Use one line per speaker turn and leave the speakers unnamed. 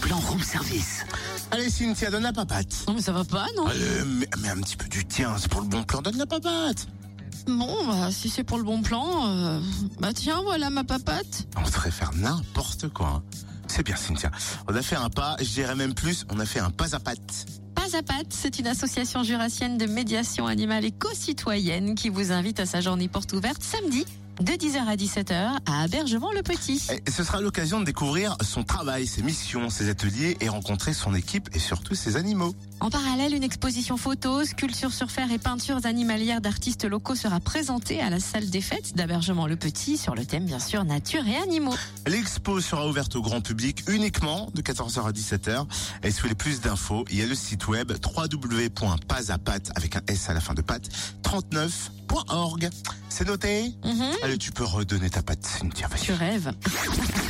plan room service.
Allez Cynthia, donne la papate.
Non mais ça va pas, non
Allez, mais, mais un petit peu du tien, c'est pour le bon plan, donne la papate.
Bon, bah, si c'est pour le bon plan, euh, bah tiens, voilà ma papate.
On devrait faire n'importe quoi. hein. C'est bien Cynthia. On a fait un pas, je dirais même plus, on a fait un pas à patte.
Pas à patte, c'est une association jurassienne de médiation animale et co-citoyenne qui vous invite à sa journée porte ouverte samedi de 10h à 17h à Abergevant-le-Petit.
Et ce sera l'occasion de découvrir son travail, ses missions, ses ateliers et rencontrer son équipe et surtout ses animaux.
En parallèle, une exposition photos, sculptures sur fer et peintures animalières d'artistes locaux sera présentée à la salle des fêtes d'Abergevant-le-Petit sur le thème bien sûr nature et animaux.
L'expo sera ouverte au grand public uniquement de 14h à 17h. Et si vous voulez plus d'infos, il y a le site web www.pasapat avec un S à la fin de patte 39.org. C'est noté
Mhm.
Allez, tu peux redonner ta patte, Cynthia, vas-y.
Tu rêves.